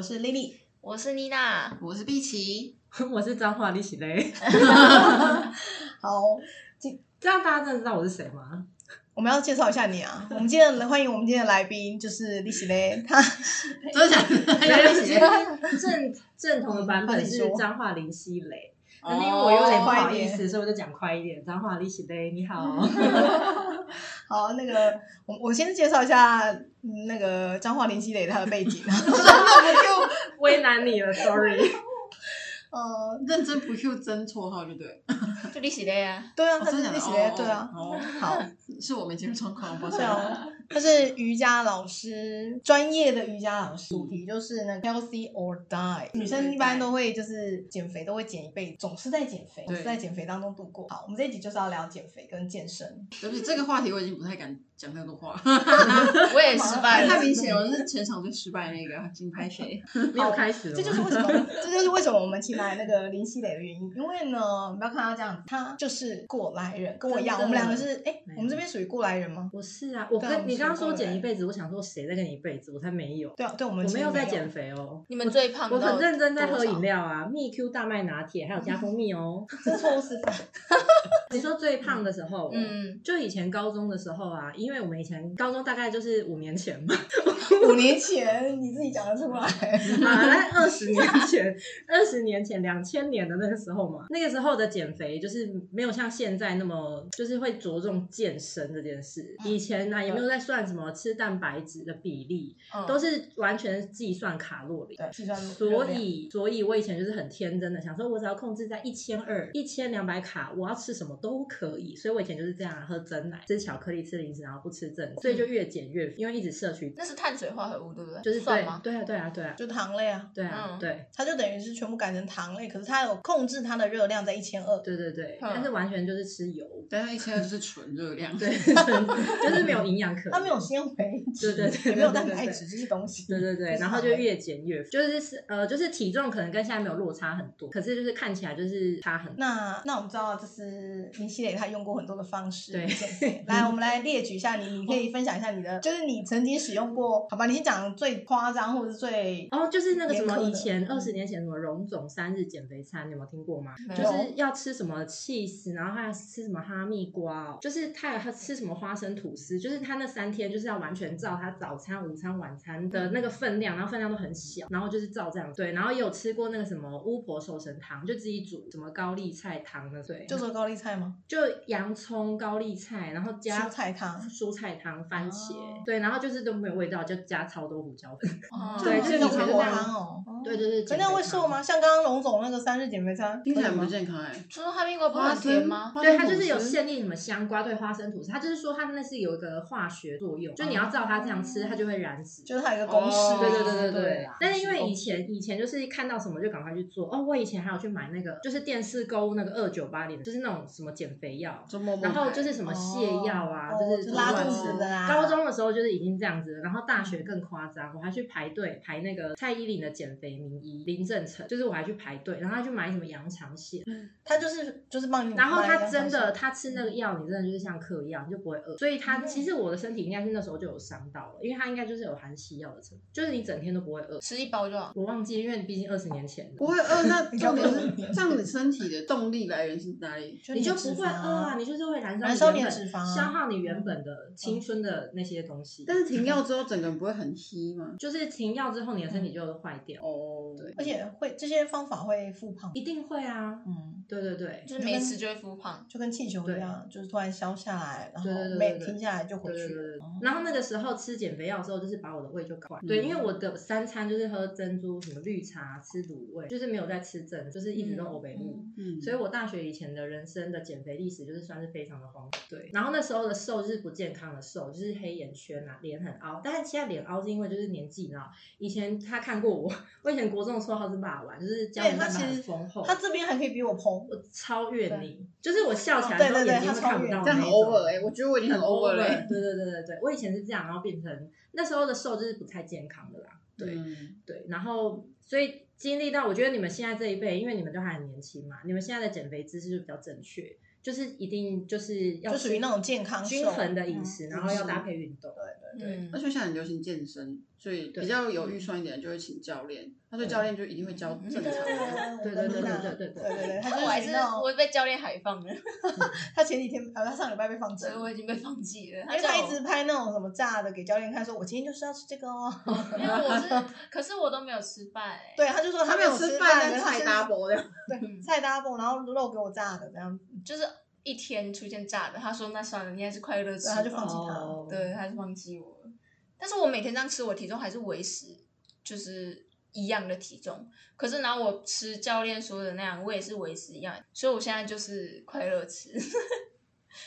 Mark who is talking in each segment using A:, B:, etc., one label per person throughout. A: 是丽丽，
B: 我是妮娜，
C: 我是碧琪，
D: 我是彰化利喜嘞，
A: 好，
D: 这样大家真的知道我是谁 吗？
A: 我们要介绍一下你啊。我们今天的欢迎我们今天的来宾就是丽喜嘞，她
C: 真的假的？要一起
D: 正 正统的版本
A: 快
D: 是
A: 点说
D: 彰化林熙蕾，
C: 哦
D: 但是因为我 有点不
A: 快
D: 好
A: 一
D: 意
A: 点
D: 思，所以我就讲快一点。彰化利喜嘞，你 好，
A: 好那个，我我先介绍一下嗯那个彰化林熙蕾她的背景啊。
D: 为难你了，sorry。
A: 呃，
C: 认真不 Q 真绰号就对了。
B: 就你是嘞啊，
A: 对啊，
C: 哦
A: 她是
C: 真的
A: 丽
C: 假
A: 喜
C: 的
A: 嘞
C: 哦，
A: 对啊，
C: 哦，
A: 好，
C: 是我没进入状况，抱
A: 对
C: 歉。
A: 啊，她是瑜伽老师，专业的瑜伽老师，主题就是那个 healthy or die。女生一般都会就是减肥，都会减一辈子，总是在减肥，总
C: 对
A: 是在减肥当中度过。好，我们这一集就是要聊减肥跟健身。
C: 对不起，这个话题我已经不太敢讲太多 话，
B: 我也失败
C: 太
B: 了。
C: 明显了，我是全场最失败的那个，啊竞拍 谁？
D: 你有开始了
A: 这
D: 吗？
A: 就是为什么，这就是为什么我们请来那个林熙蕾的原因。因为呢，不要看她这样子，她就是过来人，跟我一样，我
D: 真
A: 们
D: 的
A: 两个是哎
D: 没，有
A: 我们这边属于过来人吗？
D: 不是啊， 我
A: 对啊我
D: 跟
A: 们
D: 你刚刚
A: 是过
D: 说
A: 来
D: 减一辈子，我想说谁在跟你一辈子，我才没有，
A: 对啊，对，我们
D: 我没有在减
A: 减，
D: 肥哦。
B: 你们最胖
D: 我
B: 的到
D: 很认真在喝
B: 多少
D: 饮，料啊，蜜 Q 大麦拿铁，还有加蜂蜜 哦。
A: 这是错误示范。
D: 你说最胖的时候，嗯，
B: 嗯，
D: 就以前高中的时候啊，因为我们以前高中大概就是五年前嘛，
A: 五年前你自己讲得出来，
D: 啊，在二十年前，二十年前两千年的那个时候嘛，那个时候的减肥就是没有像现在那么，就是会着重健身这件事。以前呢、也没有在算什么吃蛋白质的比例，都
B: 嗯
A: 是
D: 是完全计算卡路里。
A: 对，计算热
D: 所
A: 量
D: 以，所以我以前就是很天真的想说，我只要控制在一千二、一千两百卡，我要吃什么都可以。所以我以前就是这样，喝真奶、吃巧克力、吃零食，然后不吃正餐，所以就越减越肥，因为一直摄取，
B: 那是碳水化合物对不对？
D: 就是
B: 算
D: 对
B: 吗，？
D: 对啊，对啊，对啊，
A: 就糖类啊，
D: 对啊，
B: 嗯
D: 对。
A: 它就等于是全部改成糖类，可是它有控制它的热量在一千二。
D: 对对对，
B: 嗯
D: 但是完全就是吃油，
C: 等一下一切就是纯热量，
D: 对，就是没有营养可言，
A: 它没有纤维质，
D: 对对对对
A: 也没有蛋白质这些东西。
D: 对对对，
A: 就是
D: 然后
A: 糖
D: 就
A: 类
D: 越减越肥，就是是呃，就是体重可能跟现在没有落差很多，可是就是看起来就是差很多。
A: 那那我们知道，就是林熙蕾她用过很多的方式
D: 对
A: 减肥。 来，我们来列举一下你，你可以分享一下你的，就是你曾经使用过，好吧？你先讲最夸张或者是最
D: 哦，就是那个什么
A: 严苛的
D: 以前
A: 嗯
D: 二十年前什么荣总三日减肥餐，你有没有听过吗？
B: 没
D: 就
B: 有
D: 是要吃什么 cheese，然后还要吃什么哈密瓜、哦，就是他有他吃什么花生吐司，就是他那三天就是要完全照他早餐、午餐、晚餐的那个分量，然后分量都很小，然后就是照这样对，然后也有吃过那个什么巫婆瘦身汤，就自己煮什么高丽菜汤的，对，
A: 就是高丽菜吗？
D: 就洋葱、高丽菜，然后加
A: 蔬菜汤
D: 蔬菜汤、番茄，
A: 哦
D: 对，然后就是都没有味道，就加超多胡椒粉。
B: 哦
D: 对
A: 就
D: 就
A: 那
D: 是是你
A: 种
D: 觉得
A: 火
D: 这样
A: 汤哦。
D: 对对对，
A: 可那会瘦吗？？像刚刚龙总那个三日减肥餐，
C: 听起来
A: 可以
C: 不
A: 吗
C: 健康哎。
B: 说哈密瓜不是很甜吗？
C: 花生
D: 对，它就是有
C: 吐司
D: 限定什么香瓜对花生吐司，它就是说它那是有一个化学作用，就你要照它这样吃，它就会燃脂。
A: 就是它有一个公式。啊
C: 哦
D: 对对对对对
A: 啦，
D: 但是因为以
A: 是
D: 前以前就是看到什么就赶快去做哦，我以前还有去买那个就是电视购物那个二九八零，就是那种什么减肥药，
C: 就摸摸
D: 然后
C: 牌
D: 就是什么泻药啊，
A: 哦
D: 就是
A: 就拉
D: 乱
A: 肚
D: 吃
A: 子的啊。
D: 高中的时候就是已经这样子了，然后大学更夸张，我还去排队排那个蔡依林的减肥名医林正成，就是我还去排队，然后他去买什么羊肠线，
A: 他就是就是帮你，
D: 然后他真的他吃那个药，你真的就是像嗑药，你就不会饿。所以他
A: 嗯
D: 其实我的身体应该是那时候就有伤到了，因为他应该就是有含西药的成分，就是你整天都不会饿。
B: 吃一包就好。
D: 我忘记，因为毕竟二十年前
C: 不
D: 了。
C: 会饿，那
A: 你要
C: 重
A: 不要
C: 点是这样，你身体的动力来源是哪里？
A: 就
D: 你
A: 你
D: 就
A: 的
D: 不
A: 脂
D: 会
A: 肪
D: 饿啊，，你就是会燃
A: 燃
D: 烧
A: 烧
D: 你
A: 你
D: 原
A: 的
D: 本
A: 脂肪啊嗯
D: 消耗你原本的青春的那些东西。
C: 但是停药之后，整个人不会很稀吗？
D: 就是停药之后，你的
A: 嗯
D: 身体就坏掉，
C: 哦，
D: 对
A: 而且会这些方法会复胖。
D: 一定会啊。
A: 嗯，
D: 对对对，
B: 就是没吃就会复胖，
A: 就跟气球一样，就是突然消下来，然后
D: 对对对对
A: 每
D: 对
A: 停下来就回
D: 对对
A: 去
D: 对
A: 了。
D: 对
A: 哦
D: 然后那个时候吃减肥药的时候，就是把我的胃就搞坏。
C: 嗯
D: 对，因为我的三餐就是喝珍珠、什么绿茶、吃卤味，就是没有在吃正，就是一直都欧北路。
A: 嗯
C: 嗯，
D: 所以我大学以前的人生的减肥历史就是算是非常的荒唐。对，然后那时候的瘦就是不健康的瘦，就是黑眼圈啊，脸很凹。但是现在脸凹是因为就是年纪，你知道，以前他看过我，我以前国中的绰号是霸王，就是胶
A: 对
D: 原
A: 他
D: 蛋白
A: 其
D: 很
A: 实
D: 丰厚。
A: 他这边还可以比我蓬，
D: 我超越你，就是我笑起来
A: 对
D: 的时候
A: 对对
D: 眼睛
A: 他
D: 会
A: 超
D: 看不
A: 越
D: 到
C: 这
D: 的
C: 样很
D: 那种。
A: 欸
C: over 哎，我觉得我已经很 over 了 欸。
D: 对对 对对对，我以前是这样，然后变成那时候的瘦就是不太健康的啦。对、
C: 嗯
D: 对，然后所以经历到，我觉得你们现在这一辈，因为你们都还很年轻嘛，你们现在的减肥知识就比较正确，就是一定就是要
A: 就属于那种健康
D: 均
A: 瘦
D: 衡的饮食，
C: 嗯
D: 然后要
C: 嗯
D: 搭配运动。
A: 对对对，
B: 嗯
C: 而，且现在很流行健身，所以
D: 对
C: 比较有预算一点就会请教练，那所以教练就一定会教正常的。
A: 对
D: 对对对
A: 对
D: 对对
A: 对
D: 对
A: 对对，他就是
B: 我还是
A: 那
D: 哦
A: 种
B: 我被教练海放了，
A: 他前几天呃，他上礼拜被放
B: 所
A: 置
B: 以。我已经被放弃了。
A: 因为
B: 叫
A: 他
B: 我
A: 一直拍那种什么炸的给教练看，说我今天就是要吃这个 哦。
B: 因为我是，可是我都没有吃饭哎、
A: 对，他就说
C: 他
A: 没
C: 没
A: 有
C: 有
A: 吃
C: 吃
A: 饭，
C: 饭
A: 可
C: 跟
A: 是他
C: 菜
A: 吃
C: double 的，
A: 对菜 double，然后肉给我炸的这样子，
B: 就是一天出现炸的。他说那算了，你还是快乐吃
A: 对，
B: 吧，
A: 他就放弃他。
D: 哦，
B: 对，他就放弃我了。但是我每天这样吃，我体重还是维持就是一样的体重。可是拿我吃教练说的那样，我也是维持一样，所以我现在就是快乐吃。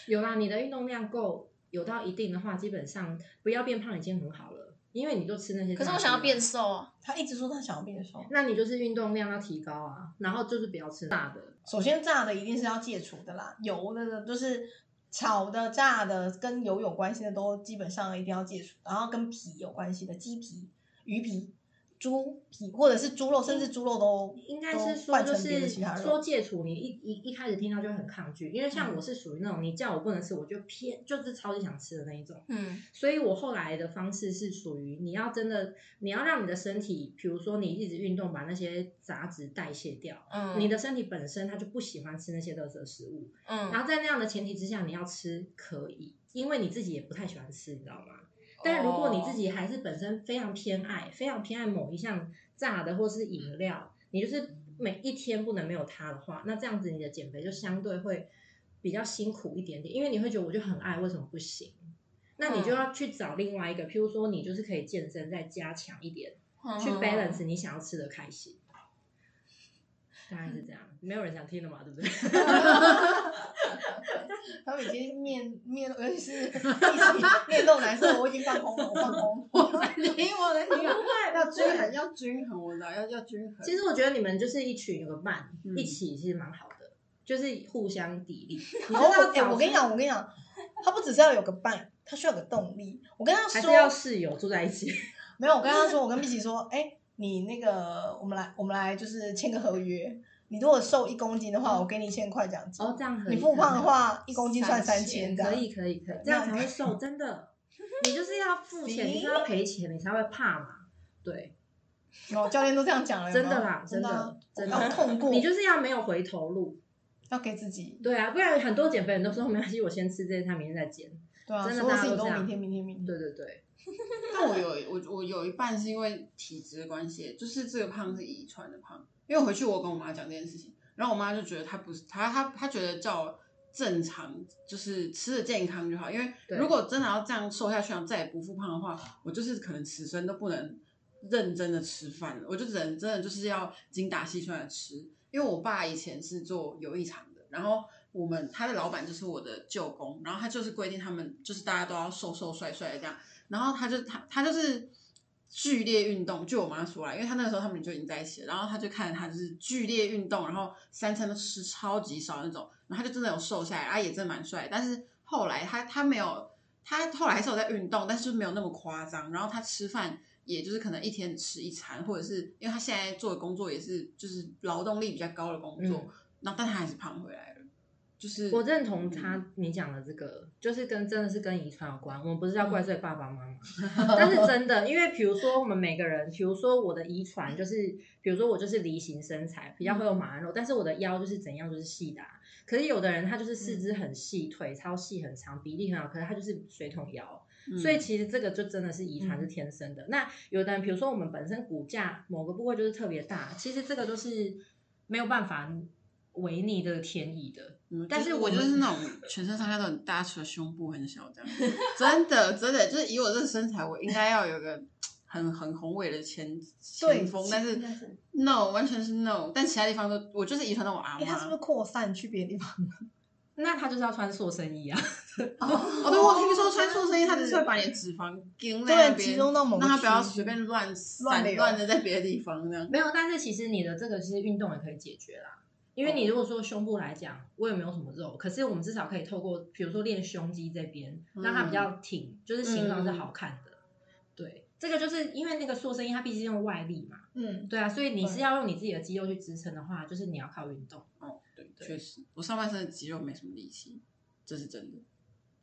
D: 有啦，你的运动量够有到一定的话，基本上不要变胖已经很好了，因为你就吃那些。
B: 可是我想要变，瘦啊，
A: 他一直说他想要变瘦。
D: 那你就是运动量要提高啊，然后就是不要吃大的。
A: 首先炸的一定是要戒除的啦，油的就是炒的、炸的跟油有关系的都基本上一定要戒除，然后跟皮有关系的鸡皮、鱼皮、猪皮或者是猪肉，甚至猪肉都
D: 应该是
A: 都
D: 说，
A: 换
D: 就
A: 成别
D: 是
A: 的其他肉
D: 说戒除，你一一一开始听到就会很抗拒，因为像
A: 嗯
D: 我是属于那种你叫我不能吃，我就偏就是超级想吃的那一种。
B: 嗯，
D: 所以我后来的方式是属于你要真的，你要让你的身体，比如说你一直运动，把那些杂质代谢掉，
B: 嗯
D: 你的身体本身它就不喜欢吃那些垃圾食物，然
B: 嗯，
D: 后在那样的前提之下，你要吃可以，因为你自己也不太喜欢吃，你知道吗？但如果你自己
B: 哦
D: 还是本身非常偏爱、非常偏爱某一项炸的或是饮料，你就是每一天不能没有它的话，那这样子你的减肥就相对会比较辛苦一点点，因为你会觉得我就很爱，为什么不行？那你
B: 嗯
D: 就要去找另外一个，譬如说你就是可以健身，再加强一点，
B: 哦
D: 去 balance 你想要吃的开心。大概是这样，没有人想听了嘛，对不对？
A: 他们已经面面，尤其是一起面露难色，我已经放空了，我放 空，我 在听，我在听，
C: 要均衡，要均衡，我知道要要均衡。
D: 其实我觉得你们就是一群有个伴，
C: 嗯
D: 一起其实蛮好的，就是互相 砥砺。
A: 然后
D: 你知
A: 我
D: 道
A: 哎、我跟你讲，我跟你讲，他不只是要有个伴，他需要有个动力。我跟他
D: 还
A: 说
D: 是，要室友住在 一起，
A: 没有，我跟他说，我跟碧琪说，哎、你那个，我们来，我们来就是签个合约。你如果瘦一公斤的话，我给你一千块奖金。
D: 哦，这样很
A: 你复胖的，话，一公斤算三
B: 三
A: 千
B: 千
A: 这样
D: 可。以可以可以，这
A: 那
D: 样才 会瘦，真的。你就是要付钱，
A: 行
D: 你就是要赔钱，你才会怕嘛。对，
A: 哦，教练都这样讲了，有没
D: 真
A: 有
D: 的啦，真
A: 真啊
D: 的真
A: 要
D: 的，
A: 痛过，
D: 你就是要没有回头路。
A: 要给自己，
D: 对啊，不然很多减肥人都说没关系，我先吃这一餐，明天再减。
A: 对啊，
D: 真的
A: 所有
D: 大
A: 事
D: 家
A: 情
D: 都
A: 都
D: 这样
A: 明天，明天，明天。
D: 对对对，
C: 但我有我我有一半是因为体质的关系，就是这个胖是遗传的胖。因为回去我跟我妈讲这件事情，然后我妈就觉得她不是她她她觉得叫我正常，就是吃的健康就好。因为
D: 对
C: 如果真的要这样瘦下去，然后再也不复胖的话，我就是可能此生都不能认真的吃饭了，我就只能真的就是要精打细算的吃。因为我爸以前是做游艺场的，然后我们他的老板就是我的舅公，然后他就是规定他们就是大家都要瘦瘦帅帅的这样。然后他就他他就是剧烈运动，据我妈说来，因为他那个时候他们就已经在一起了，然后他就看着他就是剧烈运动，然后三餐都吃超级少那种，然后他就真的有瘦下来，啊也真的蛮帅，但是后来他他没有，他后来还是有在运动，但是就没有那么夸张，然后他吃饭。也就是可能一天吃一餐，或者是因为他现在做的工作也是就是劳动力比较高的工作，然后但他还是胖回来了，就是
D: 嗯
C: 嗯
D: 我认同他你讲的这个，就是跟真的是跟遗传有关。我们不是要
C: 嗯
D: 怪罪爸 爸妈妈，但是真的，因为比如说我们每个人，比如说我的遗传就是，比如说我就是梨形身材，比较会有马鞍肉，但是我的腰就是怎样就是细的啊、可是有的人他就是四
C: 嗯
D: 肢很细，腿超细很长，比例很好，可是他就是水桶腰。
C: 嗯
D: 所以其实这个就真的是遗传是天生的。那有的人，比如说我们本身骨架某个部位就是特别大，其实这个都是没有办法违逆这个天意的。
C: 嗯，
D: 但
C: 但
D: 是
C: 是
D: 我
C: 我就
D: 们
C: 是那种全身上下都很大，除了胸部很小这样。 真的，真的，就是以我这个身材，我应该要有个很很宏伟的前前
A: 对，
C: 锋，
A: 其
C: 但
A: 实
C: 是
A: 应该是
C: no，完全是 no。但其他地方都，我就是遗传到我阿
A: 哎，
C: 妈。
A: 他是不是扩散去别的地方？
D: 那他就是要穿塑身衣啊。
C: 哦，对，我听说穿塑身衣，它就是会把你的脂肪盯在那
A: 对，
C: 边，
A: 集中到某个
C: 让它不要
A: 区域
C: 随便乱
A: 乱
C: 散
A: 流
C: 乱的在别的地方这样。
D: 没有，但是其实你的这个其实运动也可以解决啦。因为你如果说胸部来讲，我也没有什么肉，可是我们至少可以透过，比如说练胸肌这边，
C: 嗯
D: 让它比较挺，就是形状是好看的。对，这个就是因为那个塑身衣，它毕竟用外力嘛，
A: 嗯，
D: 对啊，所以你是
A: 对
D: 要用你自己的肌肉去支撑的话，就是你要靠运动。
C: 哦，对，确实，我上半身的肌肉没什么力气，这是真的。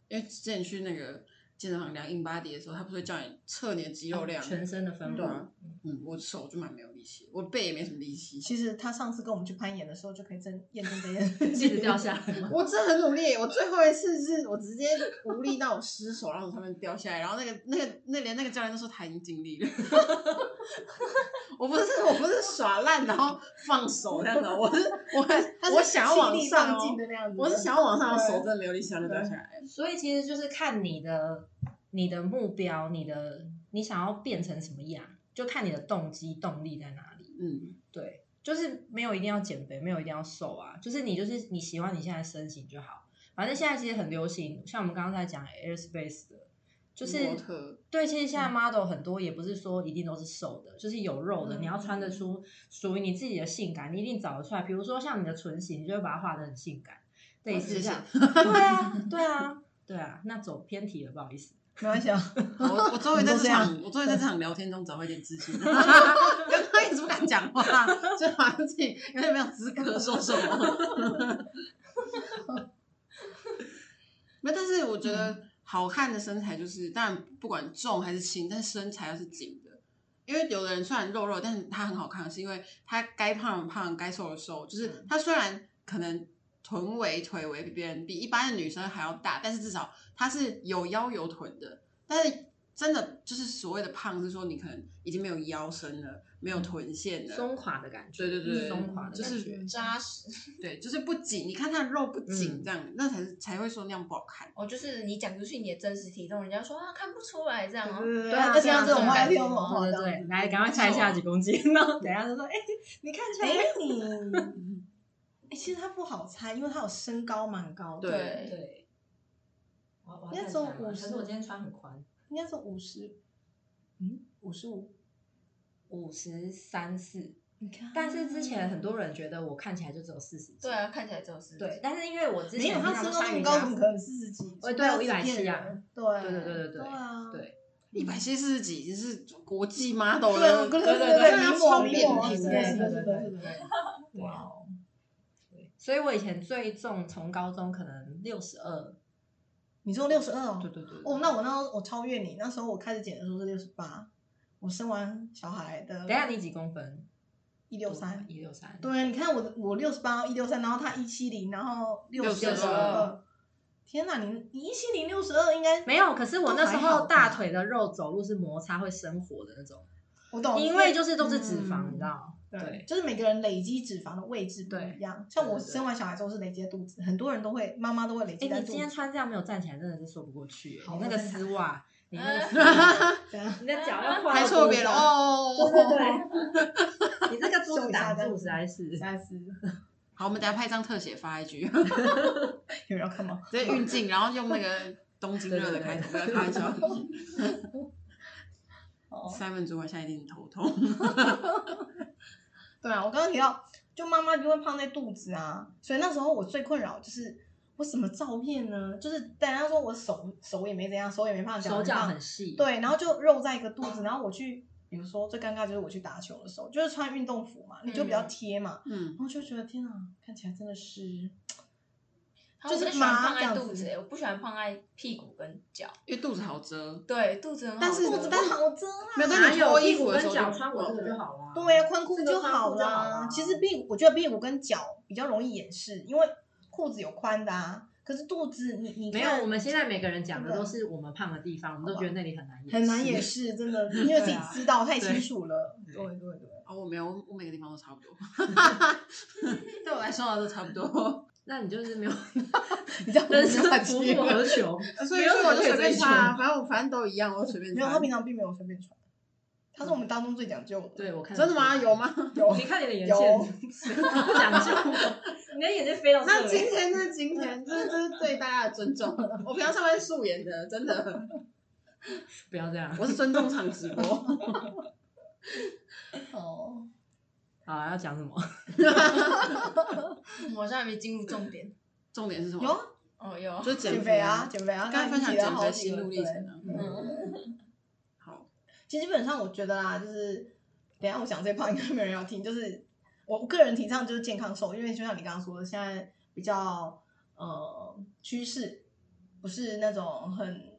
C: 因为之前去那个健身房量 in body 的时候，他不是会叫你测你的肌
A: 哦
C: 肉量？
D: 全身的分布
C: 对。啊，嗯，我手就蛮没有力气，我背也没什么力 气。
A: 其实他上次跟我们去攀岩的时候，就可以证验证 这件事
D: 一直
A: 情。
D: 掉下来吗？
C: 我真的很努力，我最后一次是我直接无力到我失手，然后从上面掉下来，然后那个那个那连那个教练都说他已经尽力了。 我不是我不是耍烂然后放手这样的，我是
A: 他
C: 我
A: 是
C: 我想要往
A: 尽力
C: 上、
A: 上
C: 哦
A: 进，的那样子的，
C: 我是想要往上，手
A: 对
C: 真的没有力气，然后就掉下来。
D: 所以其实就是看你的你的目标，你的你想要变成什么样，就看你的动机动力在哪里。
C: 嗯，
D: 对，就是没有一定要减肥，没有一定要瘦啊，就是你就是你喜欢你现在身形就好。反正现在其实很流行，像我们刚刚在讲 airspace 的，就是
C: 模特嗯
D: 对，其实现在 model 很多也不是说一定都是瘦的，就是有肉的，
B: 嗯
D: 你要穿得出属于你自己的性感，你一定找得出来。比如说像你的唇形，你就会把它画得很性感，类
C: 谢
D: 似这
C: 谢
D: 样。对啊， 对啊，对啊。那走偏题了，不好意思。
A: 没关系啊。
C: 好 我我终于在
A: 都
C: 这
A: 这样
C: 场，我终于在这场聊天中找回一点自信。 刚刚也是不敢讲话，就好像自己有点没有资格说什么。 没有，但是我觉
A: 嗯
C: 得好看的身材就是，当然不管重还是轻，但是身材要是紧的。因为有的人虽然肉肉，但是他很好看，是因为他该胖的胖，该瘦的瘦，
D: 嗯
C: 就是他虽然可能臀围、腿围比别人比一般的女生还要大，但是至少他是有腰有臀的。但是真的就是所谓的胖，是说你可能已经没有腰身了，没有臀线了，
D: 嗯松垮的感觉，
C: 对对对，
D: 松垮的感
C: 就
D: 觉。
C: 是
B: 扎实。
C: 对，就是不紧。你看他的肉不紧，
D: 嗯
C: 这样、那才是才会说那样不好看。
B: 哦，就是你讲出去你的真实体重，人家说啊看不出来这样哦。
A: 对
D: 啊
A: 而且要这种
D: 对啊
A: 话
B: 对啊
A: 听我
D: 对
A: 的，
D: 对对，来赶快猜一下几公斤， 然后等一下就说，哎、你看起来
A: 哎，你，哎，其实他不好猜，因为他有身高蛮高的，
C: 对
D: 对，我我
A: 要
D: 要
A: 再猜吗可是我今
D: 天穿很宽，
A: 应该是五十，嗯，五十五。
D: 五十三四。
A: 你看，
D: 但是之前很多人觉得我看起来就只有四十斤，
B: 对啊，看起来就是
D: 对，但是因为我之前
A: 没有他
D: 平常
A: 身
D: 都
A: 高那
D: 穿
A: 么
D: 瑜
A: 高，
D: 伽
A: 怎么
D: 服
A: 可能四十几？
D: 呃对啊
A: 不要
D: 我170啊
A: 欺骗人对
D: 对对对对对
A: 啊，
D: 对，
C: 一百七四十几已经是国际 model
A: 对
C: 了，
A: 对
D: 对对
A: 对，
C: 要
A: 名
C: 超
A: 模
C: 扁
A: 名模，
C: 平
A: 是
C: 的
A: 的，
D: 对
A: 是
D: 对
A: 的，是的，是的。
D: 对啊
A: 哇哦，
D: 对，所以我以前最重从高中可能六十二，
A: 你说六十二哦？
D: 对对对。对
A: 哦，那我那时候我超越你，那时候我开始减的时候是六十八，我生完小孩的，
D: 等一下你几公分？
A: 一六三。
D: 一六三。
A: 对，啊你看我的我六十八一六三，然后他一七零，然后六
C: 62
A: 二。天哪，你你一七零六十二应该
D: 没有，可是我那时
A: 都还好吧
D: 候大腿的肉走路是摩擦会生火的那种，
A: 我懂，
D: 哦因为就是都是脂肪，
A: 嗯
D: 你知道？
A: 对
D: 对，
A: 就是每个人累积脂肪的位置不一样。像我
D: 对对
A: 生完小孩之后是累积在肚子，很多人都会妈妈都会累积
D: 哎，
A: 在
D: 你
A: 肚
D: 今天
A: 子。
D: 穿这样没有站起来，真的是说不过去。
A: 好
D: 你那个
A: 我再
D: 丝 袜，你那个
B: 哎
D: 丝袜，
A: 对 啊，
D: 你的脚要跨
C: 还
D: 到
C: 错
D: 肚
C: 别人
D: 子，
C: 哦。
D: 对对对， 你这个珠
A: 秀
D: 子
A: 一下
D: 挡
A: 这样
D: 住
A: 子
D: 实在是。
A: 下次
C: 好，我们等一下拍一张特写发一句，
A: 有人要看吗？
C: 直接运镜，然后用那个东京热的开头，不要开玩 笑。
A: 哦，
C: Simon 主管现在一定头痛。
A: 对啊，我刚刚提到，就妈妈就会胖在肚子啊，所以那时候我最困扰就是我什么照片呢？就是大家说我手手也没怎样，手也没胖，
D: 手
A: 也没
D: 脚
A: 胖
D: 很细，，
A: 对，然后就肉在一个肚子，然后我去，比如说最尴尬就是我去打球的时候，就是穿运动服嘛，你就比较贴嘛，
C: 嗯
A: 然，后就觉得天啊，看起来真的是，
B: 然后我
A: 就是
B: 不喜欢
A: 麻
B: 胖
A: 这样
B: 在
A: 子
B: 肚子、欸，我不喜欢胖在屁股跟脚。
C: 因为肚子好遮。
B: 对，肚子很好，
C: 但是
A: 肚子不
C: 但是
A: 好遮啊。
C: 没有，但
D: 哪
C: 你
D: 有
C: 脱
D: 屁
C: 衣
D: 股
C: 服的时
D: 跟
C: 候
D: 脚
C: 就
D: 穿我这个就好啦。
A: 对呀、宽裤
D: 这个
A: 就
D: 宽
A: 好
D: 裤就好啊
A: 啦
D: 啦。
A: 其实屁股，我觉得屁股跟脚比较容易掩饰，因为裤子有宽的啊。可是肚子，你你
D: 没
A: 看
D: 有，我们现在每个人讲的
A: 真的
D: 都是我们胖的地方，我们都觉得那里很难演，
A: 很难掩
D: 演。
A: 饰，真的，因为自己知道太清楚了。
C: 对
A: 对对对，
C: 哦，我没有，我我每个地方都差 不多，对我来说都差不多。
D: 那你就是没有，
A: 你这样
D: 人
A: 子
D: 生
A: 很
D: 不复 何求。
C: 呃所以
A: 没有
C: 所以我就随
A: 可以
C: 便
A: 追
C: 穿啊，反正我反正都一样，我随便
A: 没有，
C: 穿。
A: 他平常并没有随便穿，他是我们当中最讲究的。
D: 对，我看得
C: 真的吗？
D: 出来
C: 有？吗？
A: 有
D: 你看你的眼
A: 有
D: 线， 不讲究，你的眼睛飞到
C: 那
D: 这
C: 今
D: 里。
C: 天就是今天，这这是对大家的尊重。 我平常上班是素颜的，真的，
D: 不要这样。
C: 我是尊重场直播。
A: 哦，
D: 好啊，要讲 什么？
B: 我好像还没进入重点。
C: 重点是什
A: 有
C: 么？
A: 啊
B: 哦，有，
C: 就是
A: 减
C: 肥
A: 肥啊，。减肥啊，
C: 刚才分享
A: 刚刚
C: 减
A: 提到
C: 肥
A: 好几
C: 心
A: 个
C: 路历程啊。
A: 对嗯，
C: 好，
A: 其实基本上我觉得啊，就是等一下我讲这一 part 应该没人要听，就是我个人提倡就是健康瘦，因为就像你刚刚说的，现在比较呃趋势不是那种很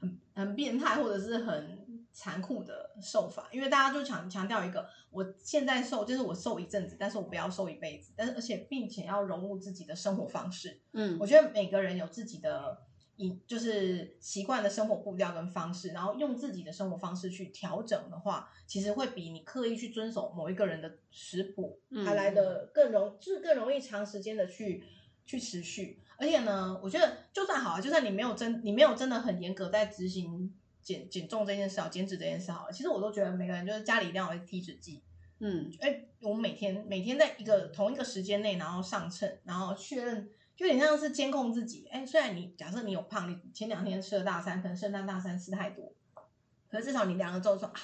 A: 很很变态或者是很残酷的瘦法，因为大家就强强调一个，我现在瘦就是我瘦一阵子，但是我不要瘦一辈子，但是而且并且要融入自己的生活方式。
C: 嗯
A: 我觉得每个人有自己的饮，就是习惯的生活步调跟方式，然后用自己的生活方式去调整的话，其实会比你刻意去遵守某一个人的食谱
C: 嗯
A: 还来的更容，就是更容易长时间的去去持续。而且呢，我觉得就算好啊，就算你没有真你没有真的很严格在执行减减重这件事啊，减脂这件事好了，其实我都觉得每个人就是家里一定要有体脂计，
C: 嗯
A: 哎、我每天每天在一个同一个时间内，然后上秤，然后确认，就有点像是监控自己。哎、虽然你假设你有胖，你前两天吃了大餐，可能圣诞大餐吃太多，可是至少你量了之后说啊，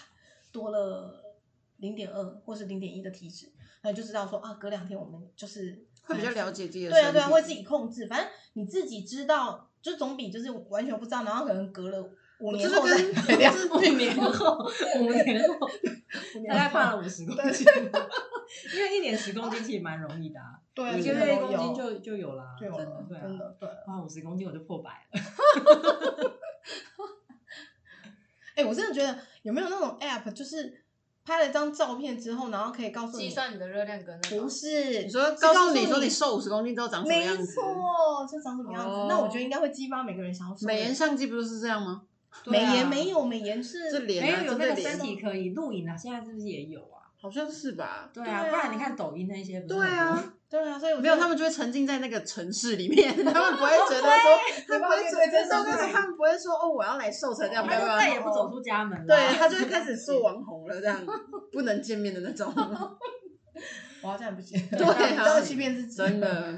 A: 多了零点二或是零点一的体脂，那你就知道说啊，隔两天我们就是
C: 会比较了解自己的
A: 对啊，
C: 身
A: 对啊，
C: 体
A: 会自己控制。反正你自己知道，就总比就是完全不知道，然后可能隔了五年
C: 这
A: 后
C: 就
A: 再
C: 跟。
A: 改掉
C: 是
D: 五年后，五年后
A: 五年
D: 大概
A: 后
D: 胖了五十公斤，因为一年十公斤其实蛮容易的、啊，
A: 对啊，
D: 一
A: 这
D: 个
A: 个
D: 月一
A: 都
D: 公
A: 有
D: 斤就就有啦，
A: 就
D: 真
A: 有
D: 的
A: 了，
D: 对
A: 真
D: 啊，
A: 的对啊。
D: 哇，五十公斤我就破百了，
A: 哎、我真的觉得有没有那种 app，就是拍了张照片之后，然后可以告诉
B: 计
A: 你，
B: 算你的热量跟那
A: 不
B: 个。
A: 是，
C: 你说
A: 是
C: 告
A: 诉
C: 诉你说你瘦五十公斤之后长什么样
A: 没
C: 子？
A: 错，就长什么样子。
C: 哦
A: 那我觉得应该会激发每个人想要瘦的
C: 美颜相机不就是这样吗？
A: 美
D: 对
A: 颜
D: 啊
A: 没有美颜是
C: 这脸
D: 没
C: 啊，
D: 哎有有
C: 这
D: 那
C: 个
D: 个
C: 脸
D: 身体可以录影啊，现在是不是也有啊？
C: 好像是吧？
D: 对
A: 对啊
D: 啊，不然你看抖音那些，不是
C: 对 啊
D: 很多，
A: 对啊，所以我觉
C: 没有，
A: 得
C: 他们就会沉浸在那个城市里面，他们不会觉得说，他
A: 你
C: 不
A: 把我
C: 会
A: 给
C: 觉
A: 推
C: 得
A: 荐上
C: 说，
A: 去
C: 就是他们不会说哦，我要来瘦成这样，没有
D: 他就
C: 没有
D: 再也不走出家门了，啊
C: 对他就会开始做网红了，这样不能见面的 那种，
A: 我要这样不行，
C: 对啊
A: 不要欺骗自己，
C: 真。的。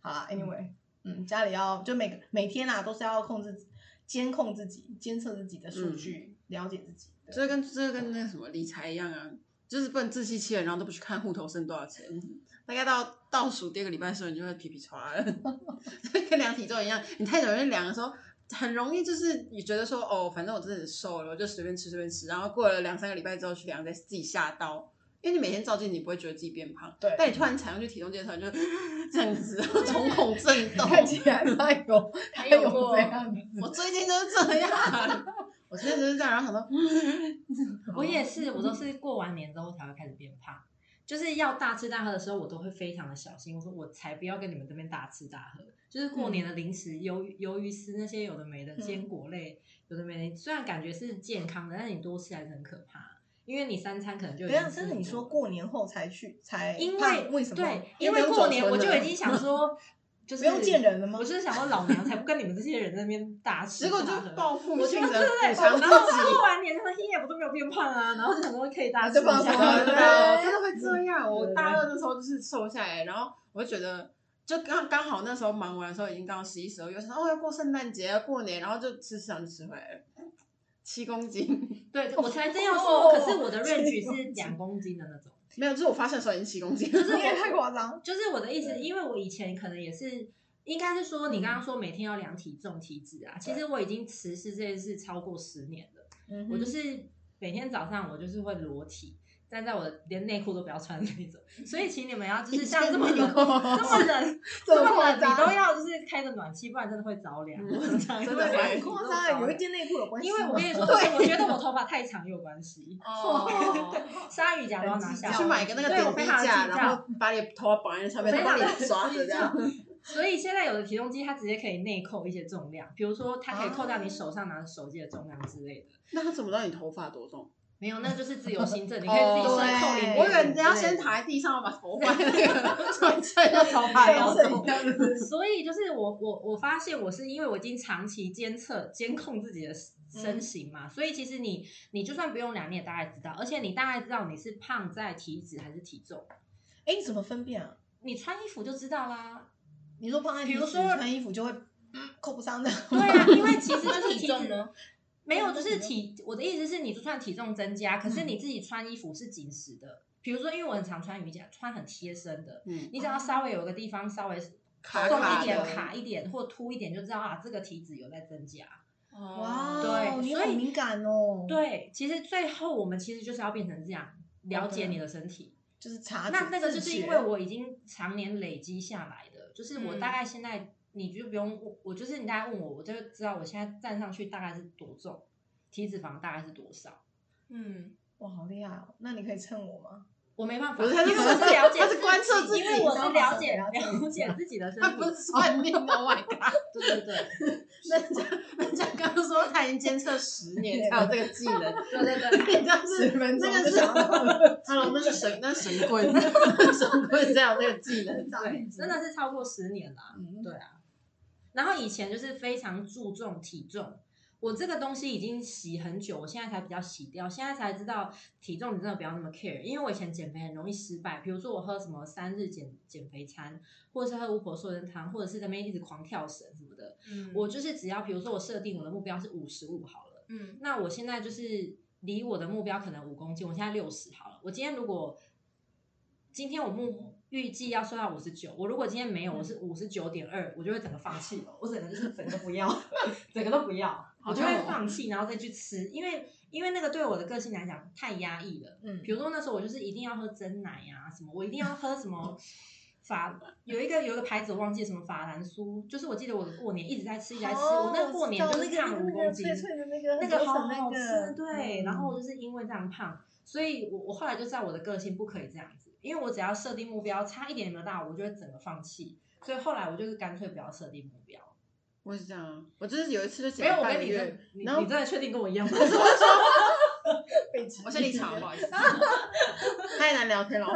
A: 好啦，anyway，嗯，家里要就每个每天啊都是要控制、监控自己、监测自己的数据，了解自己。对
C: 嗯这跟这跟那个什么理财一样啊，就是不能自欺欺人，然后都不去看户头剩多少钱。大概到倒数第二个礼拜的时候，你就会皮皮抓了， 跟量体重一样，你太久没量的时候，很容易就是你觉得说哦，反正我真的瘦了，我就随便吃随便吃，然后过了两三个礼拜之后去量，再自己吓到。因为你每天照镜子，你不会觉得自己变胖，
A: 对
C: 但你突然踩上去体重监测，你就 这样子，然后瞳孔震动。
A: 看起来他有，他
B: 还
A: 有
B: 有过哦
A: 这 样子。
C: 我最近就是这样， 我最近就是这样，然后想说，嗯
D: 我也是，我
A: 哦
D: 都是过完年之后才会开始变胖。就是要大吃大喝的时候，我都会非常的小心。我说我才不要跟你们这边大吃大喝。就是过年
A: 嗯
D: 的零食，鱿鱼、鱿鱼丝那些有的没的坚果类，有的没的，虽然感觉是健康的，但是你多吃还是很可怕。因为你三餐可能就已
A: 等一下，
D: 经吃
A: 真的
D: 很
A: 啊你
D: 多
A: 说
D: 了
A: 过年后才去才
D: 因
A: 胖为什么？
D: 对，
C: 因
D: 因
C: 为
D: 为
C: 有
D: 过
C: 酒
D: 年
C: 存
D: 我就
C: 了
D: 已经想说， 就是
A: 不用见人了吗
D: 我就是想说，老娘才不跟你们这些人在那边大吃
C: 结
D: 大
C: 果
D: 喝。
C: 就报复
D: 我就
C: 性
D: 对
C: 的
D: 对
C: 补
D: 对，
C: 偿
D: 然后
C: 自己。
D: 过完年就说：“耶，我都没有变胖啊。”然后就想说可以大
A: 就
D: 吃一
A: 放松
D: 下，
A: 了
C: 真
A: 对
C: 的真的会这样。
D: 对
C: 我
D: 对
C: 大二那时候就是瘦下来，然后我就觉得，就刚刚好那时候忙完的时候已经到十一十二月，想哦要过圣诞节要过年，然后就吃上就吃回来了，七公斤，
D: 对，我才这样说。可是我的 range 是两公斤的那种，
C: 没有，就是我发现的时候已经七公斤了，
A: 这也太夸张。
D: 就是我的意思，因为我以前可能也是，应该是说你刚刚说每天要量体重、体脂啊，其实我已经持续这件事超过十年了。
A: 嗯
D: 我就是每天早上我就是会裸体，站在我连内裤都不要穿的那种。所以请你们要就是像这么冷、这么冷、这么冷，你都要就是开着暖气，不然真的会着凉。我很常
C: 嗯真
D: 因
C: 的
D: 为
C: 会
D: 把
A: 很
D: 体重
A: 夸张
D: 着
A: 啊，有一
D: 凉。
A: 件内裤有关系
D: 因
A: 吗。
D: 为我跟你说，我觉得我头发太长有关系。
B: 哦，
D: 鲨鱼夹都要拿下来，
C: 去买一个那个
D: 啊对
C: 点
D: 我
C: 滴
D: 非常计
C: 架，
D: 较
C: 然后把你头发绑在上面，
D: 我
C: 然
D: 非
C: 后
D: 常
C: 帮你抓着这样。
D: 所以现在有的体重机它直接可以内扣一些重量，比如说它可以扣掉你手上拿的手机的重量之类的。
C: 那他怎么知道你头发多重？
D: 没有，那就是自由行政，你可以自己手扣
A: 对
D: 零点五之类的。
C: 哦我以为你要先躺在地上把头 发那个转成要头发
A: 对
C: 多
A: 这
C: 重。
A: 样子
D: 所以就是我我我发现我是因为我已经长期监测监控自己的身形嘛，所以其实你你就算不用量，你也大概知道，而且你大概知道你是胖在体脂还是体重，
A: 哎，你怎么分辨啊？
D: 你穿衣服就知道啦。
A: 你说胖在体脂，
D: 比如说嗯
A: 穿衣服就会扣不上的。
D: 对啊，因为其实就
B: 那
D: 是
B: 体重
D: 脂
B: 呢？
D: 没有，就是体，我的意思是，你就算体重增加，可是你自己穿衣服是紧实的。比如说，因为我很常穿瑜伽，穿很贴身的，
C: 嗯，
D: 你只要稍微有个地方稍微
C: 卡
D: 松
C: 卡
D: 一点、
C: 的
D: 卡一点或凸一点，就知道啊，这个体脂有在增加。
B: 哦
A: 哇， 哦
D: 对
A: 你
D: 所
A: 好
D: 以
A: 敏感哦。，
D: 对，其实最后我们其实就是要变成这样，了解你的身体。
A: 就是察觉。
D: 那那个就是
A: 自
D: 因
A: 觉
D: 为我已经常年累积下来的，就是我
B: 嗯
D: 大概现在你就不用问我，就是你大概问我，我就知道我现在站上去大概是多重，体脂肪大概是多少。
B: 嗯，
A: 哇，好厉害哦！那你可以蹭我吗？
D: 我没办法，
C: 不是他
D: 因
C: 是
D: 为我是了解
C: 他
D: 自
C: 是
D: 己，
C: 观测自己
D: 因为我是了解
A: 了解
D: 了解自己的身
C: 他不
D: 体，
C: 是算命，Oh my god！
D: 对对对。
C: 人家人家刚刚说他已经监测十年才有这个技 能，
D: 对对对，
C: 你知道是
A: 10分钟
C: 那个
A: 就是想 到了
C: Hello，那是神，那是神 棍，神棍才有这个技能。
D: 对，真的是超过十年啦、
C: 嗯
D: 对啊。然后以前就是非常注重体重，我这个东西已经洗很久，我现在才比较洗掉，现在才知道体重你真的不要那么 care，因为我以前减肥很容易失败，比如说我喝什么三日减减肥餐，或者是喝巫婆瘦身汤，或者是在那边一直狂跳绳什么的，
B: 嗯
D: 我就是只要比如说我设定我的目标是五十五好了。
B: 嗯
D: 那我现在就是离我的目标可能五公斤，我现在六十好了。我今天如果今天我目预计要瘦到五十九，我如果今天没
A: 嗯
D: 有，我是五十九点二，我就会整个放弃了，我整个就是整个不 要，整个都不要，我就会放弃，然后再去吃，因为因为那个对我的个性来讲太压抑了。
A: 嗯
D: 比如说那时候我就是一定要喝真奶啊，什么我一定要喝 什么法，有一个有一个牌子我忘记什么法兰酥，就是我记得我过年一直在吃，一直在吃，
A: 哦
D: 我那过年
A: 知道
D: 就是
A: 那个
D: 胖
A: 那个
D: 五公斤，
A: 脆脆的那个
D: 那个
A: 很多
D: 好
A: 层那
D: 好
A: 个
D: 吃，对。
A: 嗯
D: 然后我就是因为这样胖，所以我我后来就知道我的个性不可以这样子，因为我只要设定目标差一点没有到，我就会整个放弃。所以后来我就是干脆不要设定目标。
C: 我也是这样啊，我就是有一次就减
D: 没有，我
C: 半
D: 跟
C: 个
D: 你真
C: 月
D: 的，你
C: 然后
D: 你真的确定跟我一样 吗？
A: 被吃
C: 我先离 场，不好意思，太难聊天 了。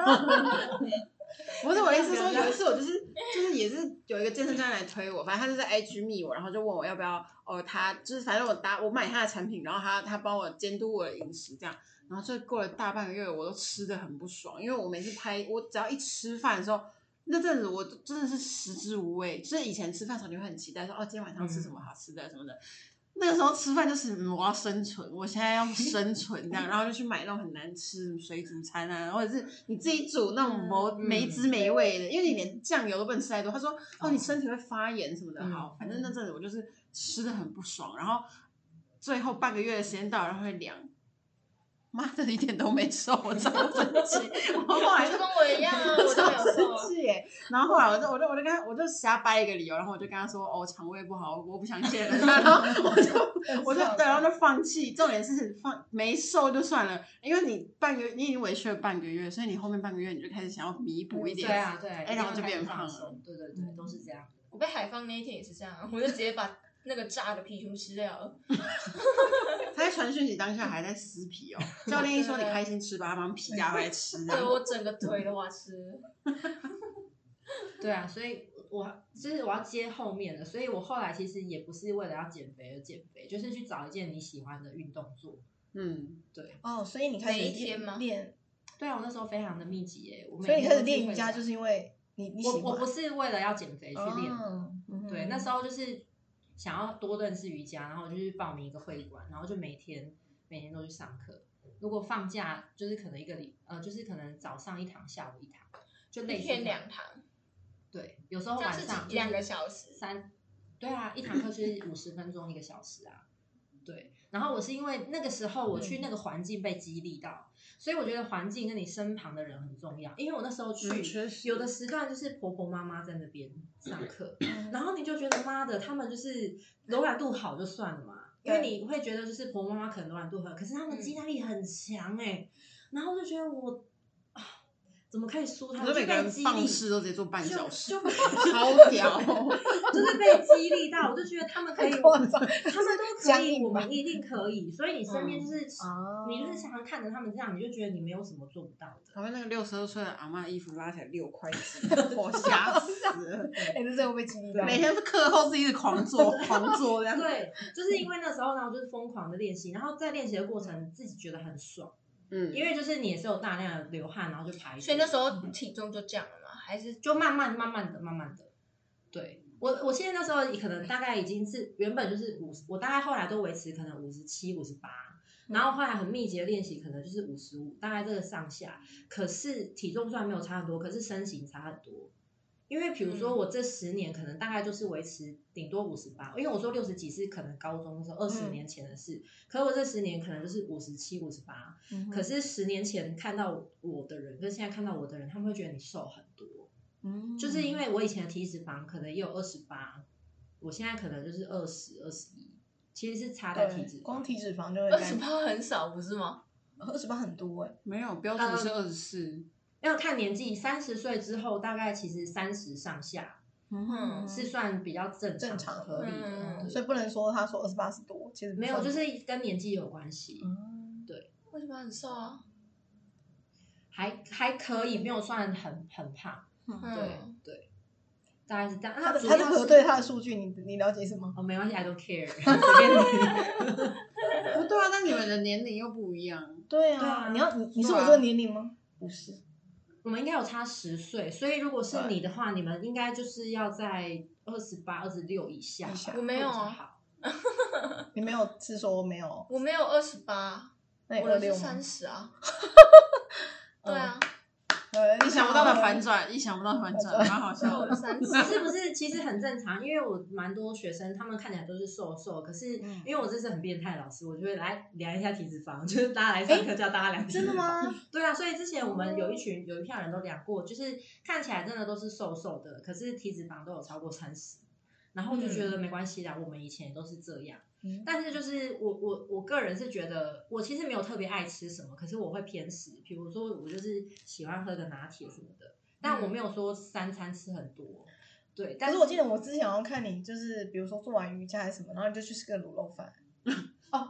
C: 不是我的意思说，有一次我就是就是也是有一个健身教练来推我，反正他就在 IG 密我，然后就问我要不要哦，他就是反正我搭我买他的产品，然后他他帮我监督我的饮食这样，然后就过了大半个月，我都吃的很不爽，因为我每次拍我只要一吃饭的时候。那阵子我真的是食之无味，就是以前吃饭的时候你会很期待说哦今天晚上吃什么好吃的什么的，那个时候吃饭就是、嗯我要生存，我现在要生存这样，然后就去买那种很难吃水煮餐啊，或者是你自己煮那种没
D: 嗯
C: 没滋没味的，因为你连酱油都不能吃太多。他说哦，你
D: 哦
C: 身体会发炎什么的。
D: 嗯
C: 好，反正那阵子我就是吃的很不爽，然后最后半个月的时间到了，然后会凉。妈的，一点都没瘦，我超生气。我后来 就
B: 就跟我一样啊，我都
C: 超
B: 没有瘦
C: 生
B: 啊。
C: 气耶！然后后来我就我就我就跟他我就瞎掰一个理由，然后我就跟他说哦，我肠胃不好，我不想减了，然后我就我就对，然后就放弃。重点是放没瘦就算了，因为你半个月你已经委屈了半个月，所以你后面半个月你就开始想要弥补一
D: 对
C: 点。
D: 啊，对，
C: 哎然后就变胖了嗯
D: 了。对对对，都是这样。
B: 我被海放那一天也是这样啊，我就直接把那个炸的皮全部吃掉了。
C: 他在传讯息当下还在撕皮 哦，教练一说你开心吃吧，他把皮夹回来吃这
B: 对
C: 样。
B: 我整个腿都挖吃。
D: 对啊，所以我就是我要接后面的，所以我后来其实也不是为了要减肥而减肥，就是去找一件你喜欢的运动做。
C: 嗯，
A: 哦，所以你开始
B: 每一天吗
A: 练，
D: 对啊，我那时候非常的密集耶，我每
A: 所以你
D: 天
A: 开
D: 都
A: 始
D: 去
A: 练
D: 会
A: 瑜伽，
D: 馆
A: 就是因为你你喜嗯
D: 我
A: 欢哦
D: 我不是为了要减肥去练的，
B: 哦
D: 对，那时
A: 候
D: 候就是想要多认识瑜伽，然后我就去报名一个会馆，然后就每天每天都去上课。如果放假就是可能一个礼呃，就是可能早上一堂，下午一堂，就类
B: 一
D: 似
B: 天
D: 这样
B: 两堂，
D: 对，有时候
B: 这
D: 晚
B: 样是
D: 上
B: 几
D: 就是
B: 两个小时？
D: 三，对啊，一堂课就是五十分钟，一个小时啊。对，然后我是因为那个时候我去那个环境被激励到，所以我觉得环境跟你身旁的人很重要。因为我那时候去，
C: 嗯确实
D: 有的时段就是婆婆妈妈在那边上课，然后你就觉得妈的，他们就是柔软度好就算了嘛，因为
A: 对
D: 你会觉得就是婆婆妈妈可能柔软度很好，可是他们
B: 嗯
D: 肌耐力很强哎、然后我就觉得我啊，怎么可以输他
C: 可
D: 们？
C: 是每
D: 就
C: 个
D: 被
C: 人
D: 激
C: 放
D: 励
C: 肆都直接做半小时，
D: 就就
C: 超屌。
D: 就是被激励到，我就觉得他们可以，他
A: 夸 张
D: 们都可
A: 僵
D: 以，
A: 硬
D: 我
A: 吧
D: 们一定可以。所以你身
B: 嗯
D: 边就是，
B: 哦
A: 啊
D: 你 就是常常看着他们这样，你就觉得你没有什么做不到的。
C: 旁边那个六十二岁的阿妈衣服拉起来六块几，我吓死 了。
A: 哎，这真的被激励
D: 对啊
A: 到，
C: 每天课后是一直狂做狂做这样。
D: 对，就是因为那时候呢，我就是疯狂的练习，然后在练习的过程自己觉得很爽，
C: 嗯，
D: 因为就是你也是有大量的流汗，然后就排毒，
B: 所以那时 候体重就降了嘛，还是
D: 就慢慢慢慢的、慢慢的，对我我现在那时候可能大概已经是原本就是五十，我大概后来都维持可能五十七、五十八，
A: 嗯
D: 然后后来很密集的练习，可能就是五十五，大概这个上下。可是体重虽然没有差很多，可是身形差很多。因为比如说
B: 嗯
D: 我这十年可能大概就是维持顶多五十八，因为我说六十几是可能高中的时候二十
A: 嗯
D: 年前的事，可是我这十年可能就是五十七、五十八。
A: 嗯哼
D: 可是十年前看到我的人跟现在看到我的人，他们会觉得你瘦很多。
A: 嗯
D: 就是因为我以前的体脂肪可能也有二十八，我现在可能就是二十、二十一，其实是差在体脂
A: 对，
D: 肪。
A: 光体脂肪就会
B: 二十八很少不是吗？
A: 二十八很多哎、
C: 没有标准是
D: 呃
C: 二十四，
D: 要看年纪，三十岁之后大概其实三十上下
B: 嗯
D: 是算比较正常、
A: 正常
D: 合理的，
B: 嗯
D: 对
A: 所以不能说他说二十八是多，其实不
D: 没有
A: 算
D: 就是跟年纪有关系，
A: 嗯
B: 二十八很少啊。
D: 还还可以，没有算很很胖，
A: 嗯，
D: 对、
B: 嗯，
D: 对，大概是这样。
A: 他
D: 那
A: 的
D: 主
A: 他
D: 要
A: 是
D: 是
A: 核对他的数据，你你了解什么？
D: 哦，没关系，I don't care，随便你。
C: 不 对啊，但你们的年龄又不一样，
A: 对
D: 对啊
A: 你要你你是
C: 对啊
A: 我这个年龄吗？不是，
D: 我们应该有差十岁，所以如果是你的话，你们应该就是要在二十八、二十六以下吧
A: 以下
B: 我没有啊
D: 会比较好
A: 你没有是说我没有，
B: 我没有二十八，
A: 那你
B: 我
A: 二
B: 的是
A: 六吗
B: 三？十啊。对啊，
A: 呃，
C: 意
A: 你
C: 想
A: 想
C: 不
A: 不到
C: 到的
A: 的
C: 反
A: 反转，
C: 转，意想不到的反转，蛮好笑
B: 我
A: 嗯
C: 的
B: 的。三 十。
D: 是不是？其实很正常，因为我蛮多学生，他们看起来都是瘦瘦，可是
A: 嗯
D: 因为我这是很变态的老师，我就会来量一下体脂肪，就是大家来上课教大家量体脂肪。
A: 真的？吗？ 哦
D: 对啊，所以之前我们有一群有一票人都量过，就是看起来真的都是瘦瘦的，可是体脂肪都有超过三十，然后就觉得没关系啦，我们以前也都是这样。
A: 嗯
D: 但是就是我我我个人是觉得，我其实没有特别爱吃什么，可是我会偏食，比如说我就是喜欢喝个拿铁什么的，但我没有说三餐吃很多。对，但
A: 嗯可是我记得我之前好像看你，就是比如说做完瑜伽还是什么，然后你就去吃个卤肉饭，
D: 哦，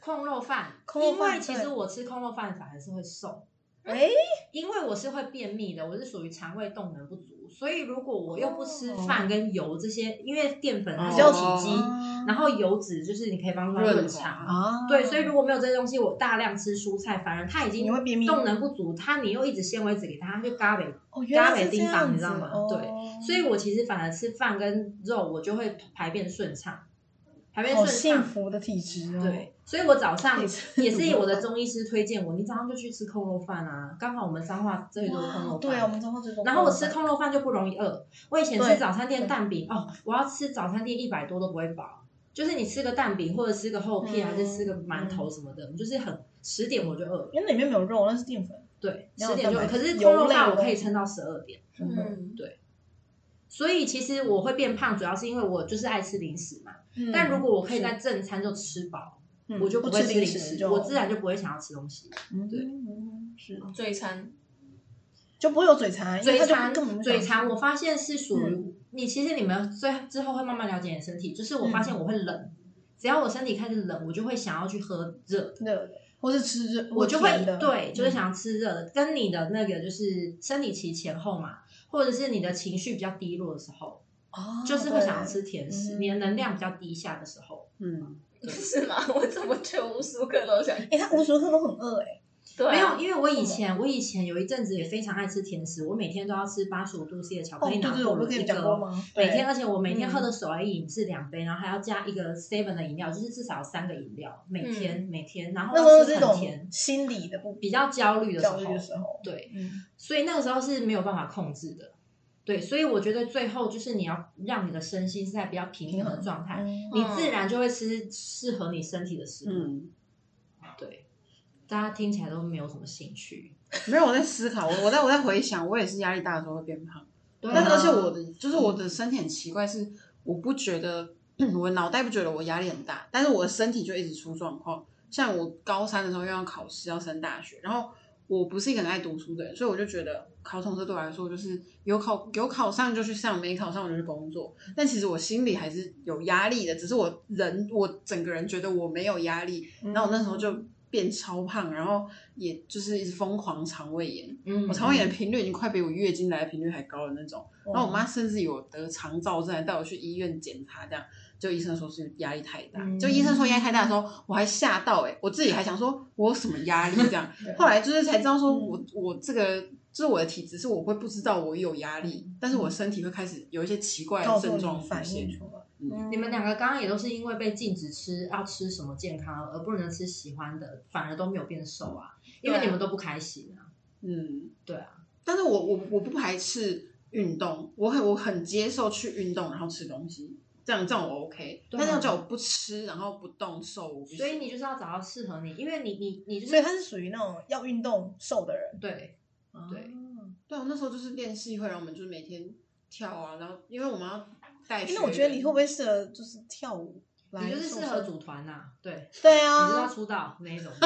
D: 控肉 饭，
A: 控肉饭
D: 因为其
A: 对
D: 实我吃控肉饭反而是会瘦，
A: 哎、
D: 因为我是会便秘的，我是属于肠胃动能不足，所以如果我又不吃饭跟油这些，因为淀粉它
C: 哦
A: 比
D: 是
A: 较
D: 体积，
A: 哦
D: 然后油脂就是你可以帮助它润
C: 润
D: 肠。
C: 滑
A: 啊，
D: 对，所以如果没有这些东西，我大量吃蔬菜，反而它已经
A: 你会便秘
D: 动能不足，它你又一直纤维质给它，它就嘎呗。
A: 哦，原来是这样子
D: 嘎美叮当你知道吗对
A: 哦
D: 所以我其实反而吃饭跟肉，我就会排便顺畅，排便
A: 好
D: 顺
A: 幸
D: 畅。
A: 福的体质哦，
D: 对，，所以我早上
A: 可以吃
D: 也是
A: 卤肉
D: 我的
A: 饭
D: 中医师推荐我，你早上就去吃空肉饭啊，刚好我们彰化这里都是空肉饭。
A: 对啊，我们中国最多。
D: 然后我吃空肉饭就不容易饿。我以前吃
A: 对
D: 早餐店蛋饼哦，我要吃早餐店一百多都不会饱，就是你吃个蛋饼或者吃个厚片、
A: 嗯
D: 还是吃个馒头什么的，就是很十点我就饿了。
A: 因为里面没有肉，那是淀粉。
D: 对，
A: 然
D: 十
A: 后
D: 点就
A: 蛋
D: 饿。
A: 白
D: 可
A: 质
D: 是空肉
A: 油类
D: 饭
A: 的
D: 我
A: 东
D: 可以
A: 西
D: 撑到十二点，
B: 嗯，
D: 所以其实我会变胖，主要是因为我就是爱吃零食嘛。
A: 嗯
D: 但如果我可以在正餐就吃饱，
A: 嗯
D: 我就
A: 不
D: 会
A: 吃
D: 零
A: 食，
D: 食，
A: 就
D: 我自然就不会想要吃东西。对
A: 对，嗯是
B: 嘴馋。
A: 就不会有嘴馋，因为
D: 嘴
A: 它就
D: 馋
A: 根本，就
D: 嘴
A: 想
D: 馋，
A: 吃
D: 我发现是属于、
A: 嗯
D: 你。其实你们最之后会慢慢了解你的身体，就是我
A: 嗯
D: 发现我会冷，只要我身体开始冷，我就会想要去喝热的，
A: 热的，或是吃热，
D: 我就
A: 或
D: 会
A: 甜的
D: 对，就是
A: 嗯
D: 想要吃热的。跟你的那个就是生理期前后嘛，或者是你的情绪比较低落的时候，
A: 哦
D: 就是会想要吃甜食。
A: 嗯
D: 你的能量比较低下的时候，
C: 嗯，
B: 是吗？我怎么觉得无时无刻都想？
A: 对。哎，他无时无刻都很饿哎，
B: 对啊，
D: 没有，因
A: 嗯
D: 为我以前我以前有一阵子也非常爱吃甜食，我每天都要吃八十五度 C 的巧
A: 哦
D: 克力
A: 对
D: 拿
A: 对，
D: 破
A: 我不
D: 仑
A: 是跟你
D: 一个
A: 讲过吗？
D: 每天，
A: 对
D: 而且我每天
A: 嗯
D: 喝的手摇饮是两杯，然后还要加一个 seven 的饮料，就是至少有三个饮料，每天、每天，然后
A: 嗯那时候
D: 要
A: 是
D: 吃
A: 一
D: 很
A: 种
D: 甜，
A: 心理的不
D: 比较焦虑的时
A: 焦虑
D: 候
A: 的，时候，
D: 对，
A: 嗯，
D: 所以那个时候是没有办法控制的，对，所以我觉得最后就是你要让你的身心是在比较平衡的状态，
A: 嗯
D: 你自然就会吃适合你身体的食物，
C: 嗯，
D: 对，大家听起来都没有什么兴趣，
C: 没有，我在思考，我我在我在回想，我也是压力大的时候会变胖，
D: 对
C: 但是
D: 啊
C: 而且我的就是我的身体很奇怪，是我不觉 得我脑袋不觉得我压力很大，但是我的身体就一直出状况。像我高三的时候又要考试，要升大学，然后我不是一个很爱读书的人，所以我就觉得考统测对我来说就是有考有考上就去上，没考上我就去工作。但其实我心里还是有压力的，只是我人我整个人觉得我没有压力，嗯然后我那时候就变超胖，然后也就是一直疯狂肠胃炎。
D: 嗯
C: 我肠胃炎的频率已经快比我月经来的频率还高的那种。然后我妈甚至有得肠燥症，还带我去医院检查，这样就医生说是压力太大。
D: 嗯
C: 就医生说压力太大的时候，我还吓到哎、欸我自己还想说我有什么压力这样。
A: 对
C: 后来就是才知道说
A: 嗯
C: 我我这个就是我的体质是我会不知道我有压力，但是我身体会开始有一些奇
A: 嗯
C: 怪
A: 告
C: 的
A: 诉
C: 症状
A: 你
C: 出
A: 反应
C: 现。
A: 出来，
C: 嗯
D: 你们两个刚刚也都是因为被禁止吃要吃什么健康，而不能吃喜欢的，反而都没有变瘦啊，因为
B: 对啊
D: 你们都不开心啊。
C: 嗯，
D: 对啊，
C: 但是我我我不排斥运动，我很我很接受去运动，然后吃东西，这样这样我 OK。
D: 对啊
C: 但这样叫我不吃，然后不动瘦，我不行
D: 所以你就是要找到适合你，因为你你你就是
A: 所以他是属于那种要运动瘦的人，
D: 对对
A: 嗯
C: 对啊，那时候就是练戏会，然后我们就是每天跳啊，然后因为我们要带
A: 因
C: 学员，
A: 为哎我觉得你会不会适合就是跳舞来？
D: 你就是适合。组团呐、对，
A: 对
D: 你就是要
A: 啊，
D: 出道那一种，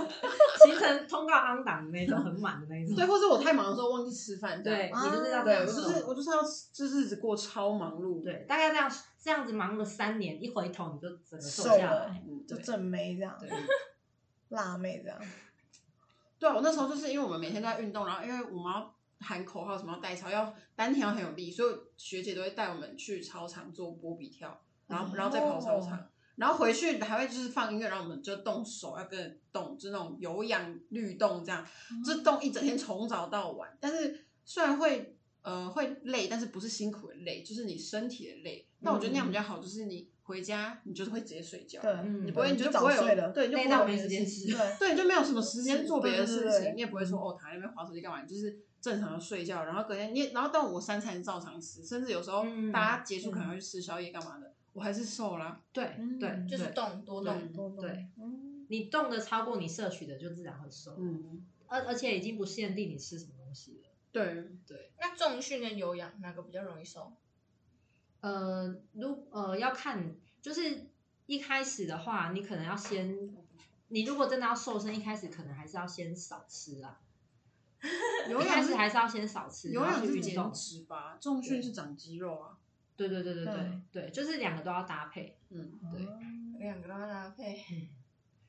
D: 行程通告安档的那一种，很满的那一种。
C: 对，或者我太忙的时候忘记吃饭，这
D: 啊对，
C: 样
D: 你就是要这
C: 对，我
D: 样
C: 就
D: 做。
C: 是我就是要就是日子过超忙碌，，
D: 对，大概这样这样子忙了三年，一回头你就整个瘦
A: 瘦
D: 下
A: 了
D: 来。
C: 嗯，
A: 就
C: 对
A: 正妹这样，
C: 对。
A: 辣妹这样。
C: 对啊，我那时候就是因为我们每天都在运动，然后因为我们要喊口号，什么要带操，要丹田要很有力，所以学姐都会带我们去操场做波比跳，然
A: 哦
C: 后然后再跑操场，然后回去还会就是放音乐，然后我们就动手要跟着动，就那种有氧律动这样，
D: 嗯
C: 就动一整天从早到晚。但是虽然会呃会累，但是不是辛苦的累，就是你身体的累。但我觉得那样比较好，就是你回家你就是会直接睡觉，
A: 对，
D: 嗯
C: 你不会
A: 你
C: 你就不
A: 早
C: 会有
A: 睡了，
C: 对，你就不会
D: 累到
C: 有
D: 没
C: 那
D: 时
C: 个
D: 间
C: 事情
D: 吃
A: 对，
C: 对，你就没有什么时间做别的事
A: 对对对
C: 情，你也不会说哦躺在那边划手机干嘛，你就是正常的睡觉，然后隔天你也，然后但我三餐照常吃，甚至有时候
D: 嗯
C: 大家结束可能会去吃宵夜干嘛的，我还是瘦啦。
D: 对
A: 嗯
D: 对，
B: 就是
D: 对
B: 动多动。
C: 嗯
A: 多多
D: 对，
A: 嗯，
D: 你动的超过你摄取的，就自然会瘦。
C: 嗯，
D: 而而且已经不限定你吃什么东西了。
C: 对，
B: 那重训跟有氧哪个比较容易瘦？
D: 呃，如呃要看，就是一开始的话，你可能要先，你如果真的要瘦身，一开始可能还是要先少吃啊。
C: 有
D: 一
C: 氧
D: 开
C: 是
D: 始还是要先少吃，
C: 有
D: 然后
C: 氧
D: 去
C: 是
D: 运动
C: 减。脂吧，重训是长肌肉啊。
D: 对对对对对、
A: 嗯
D: 对，就是两个都要搭配。
C: 嗯，
D: 对
B: 两个都要搭配。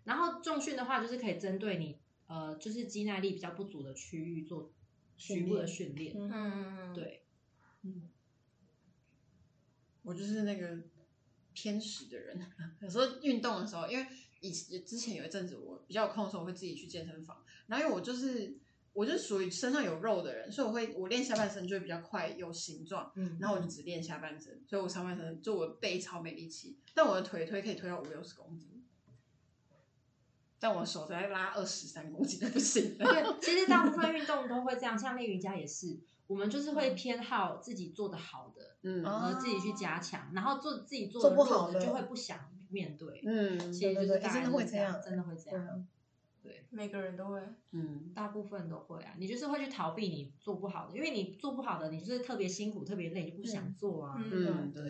D: 然后重训的话，就是可以针对你呃，就是肌耐力比较不足的区域做局部的训练。
A: 嗯
B: 嗯，
D: 对，
C: 嗯我就是那个偏食的人， 有时候运动的时候，因为以前之前有一阵子我比较有空的时候，我会自己去健身房，然后因为我就是。我就是属于身上有肉的人，所以我会我练下半身就会比较快有形状，
D: 嗯
C: 然后我就只练下半身，所以我上半身就我背超没力气，但我的腿推可以推到五六十公斤，但我手在拉二十三公斤就 不行了。
D: 对，其实大部分运动都会这样，像练瑜伽也是，我们就是
A: 嗯
D: 会偏好自己做的好的，
C: 嗯
A: 啊
D: 呃，自己去加强，然后做自己做
A: 做
D: 的
A: 不
D: 弱
A: 好的
D: 就会不想面对。
C: 嗯
D: 其实就
A: 对对
D: 是
A: 对
D: 大概
A: 真的
D: 是
A: 会这样
D: 真的会这
A: 对
D: 样，
A: 啊，
B: 每个人都会。
C: 嗯，
D: 大部分都会啊。你就是会去逃避你做不好的，因为你做不好的，你就是特别辛苦、特别累，你就不想做啊。
B: 嗯
C: 嗯，对。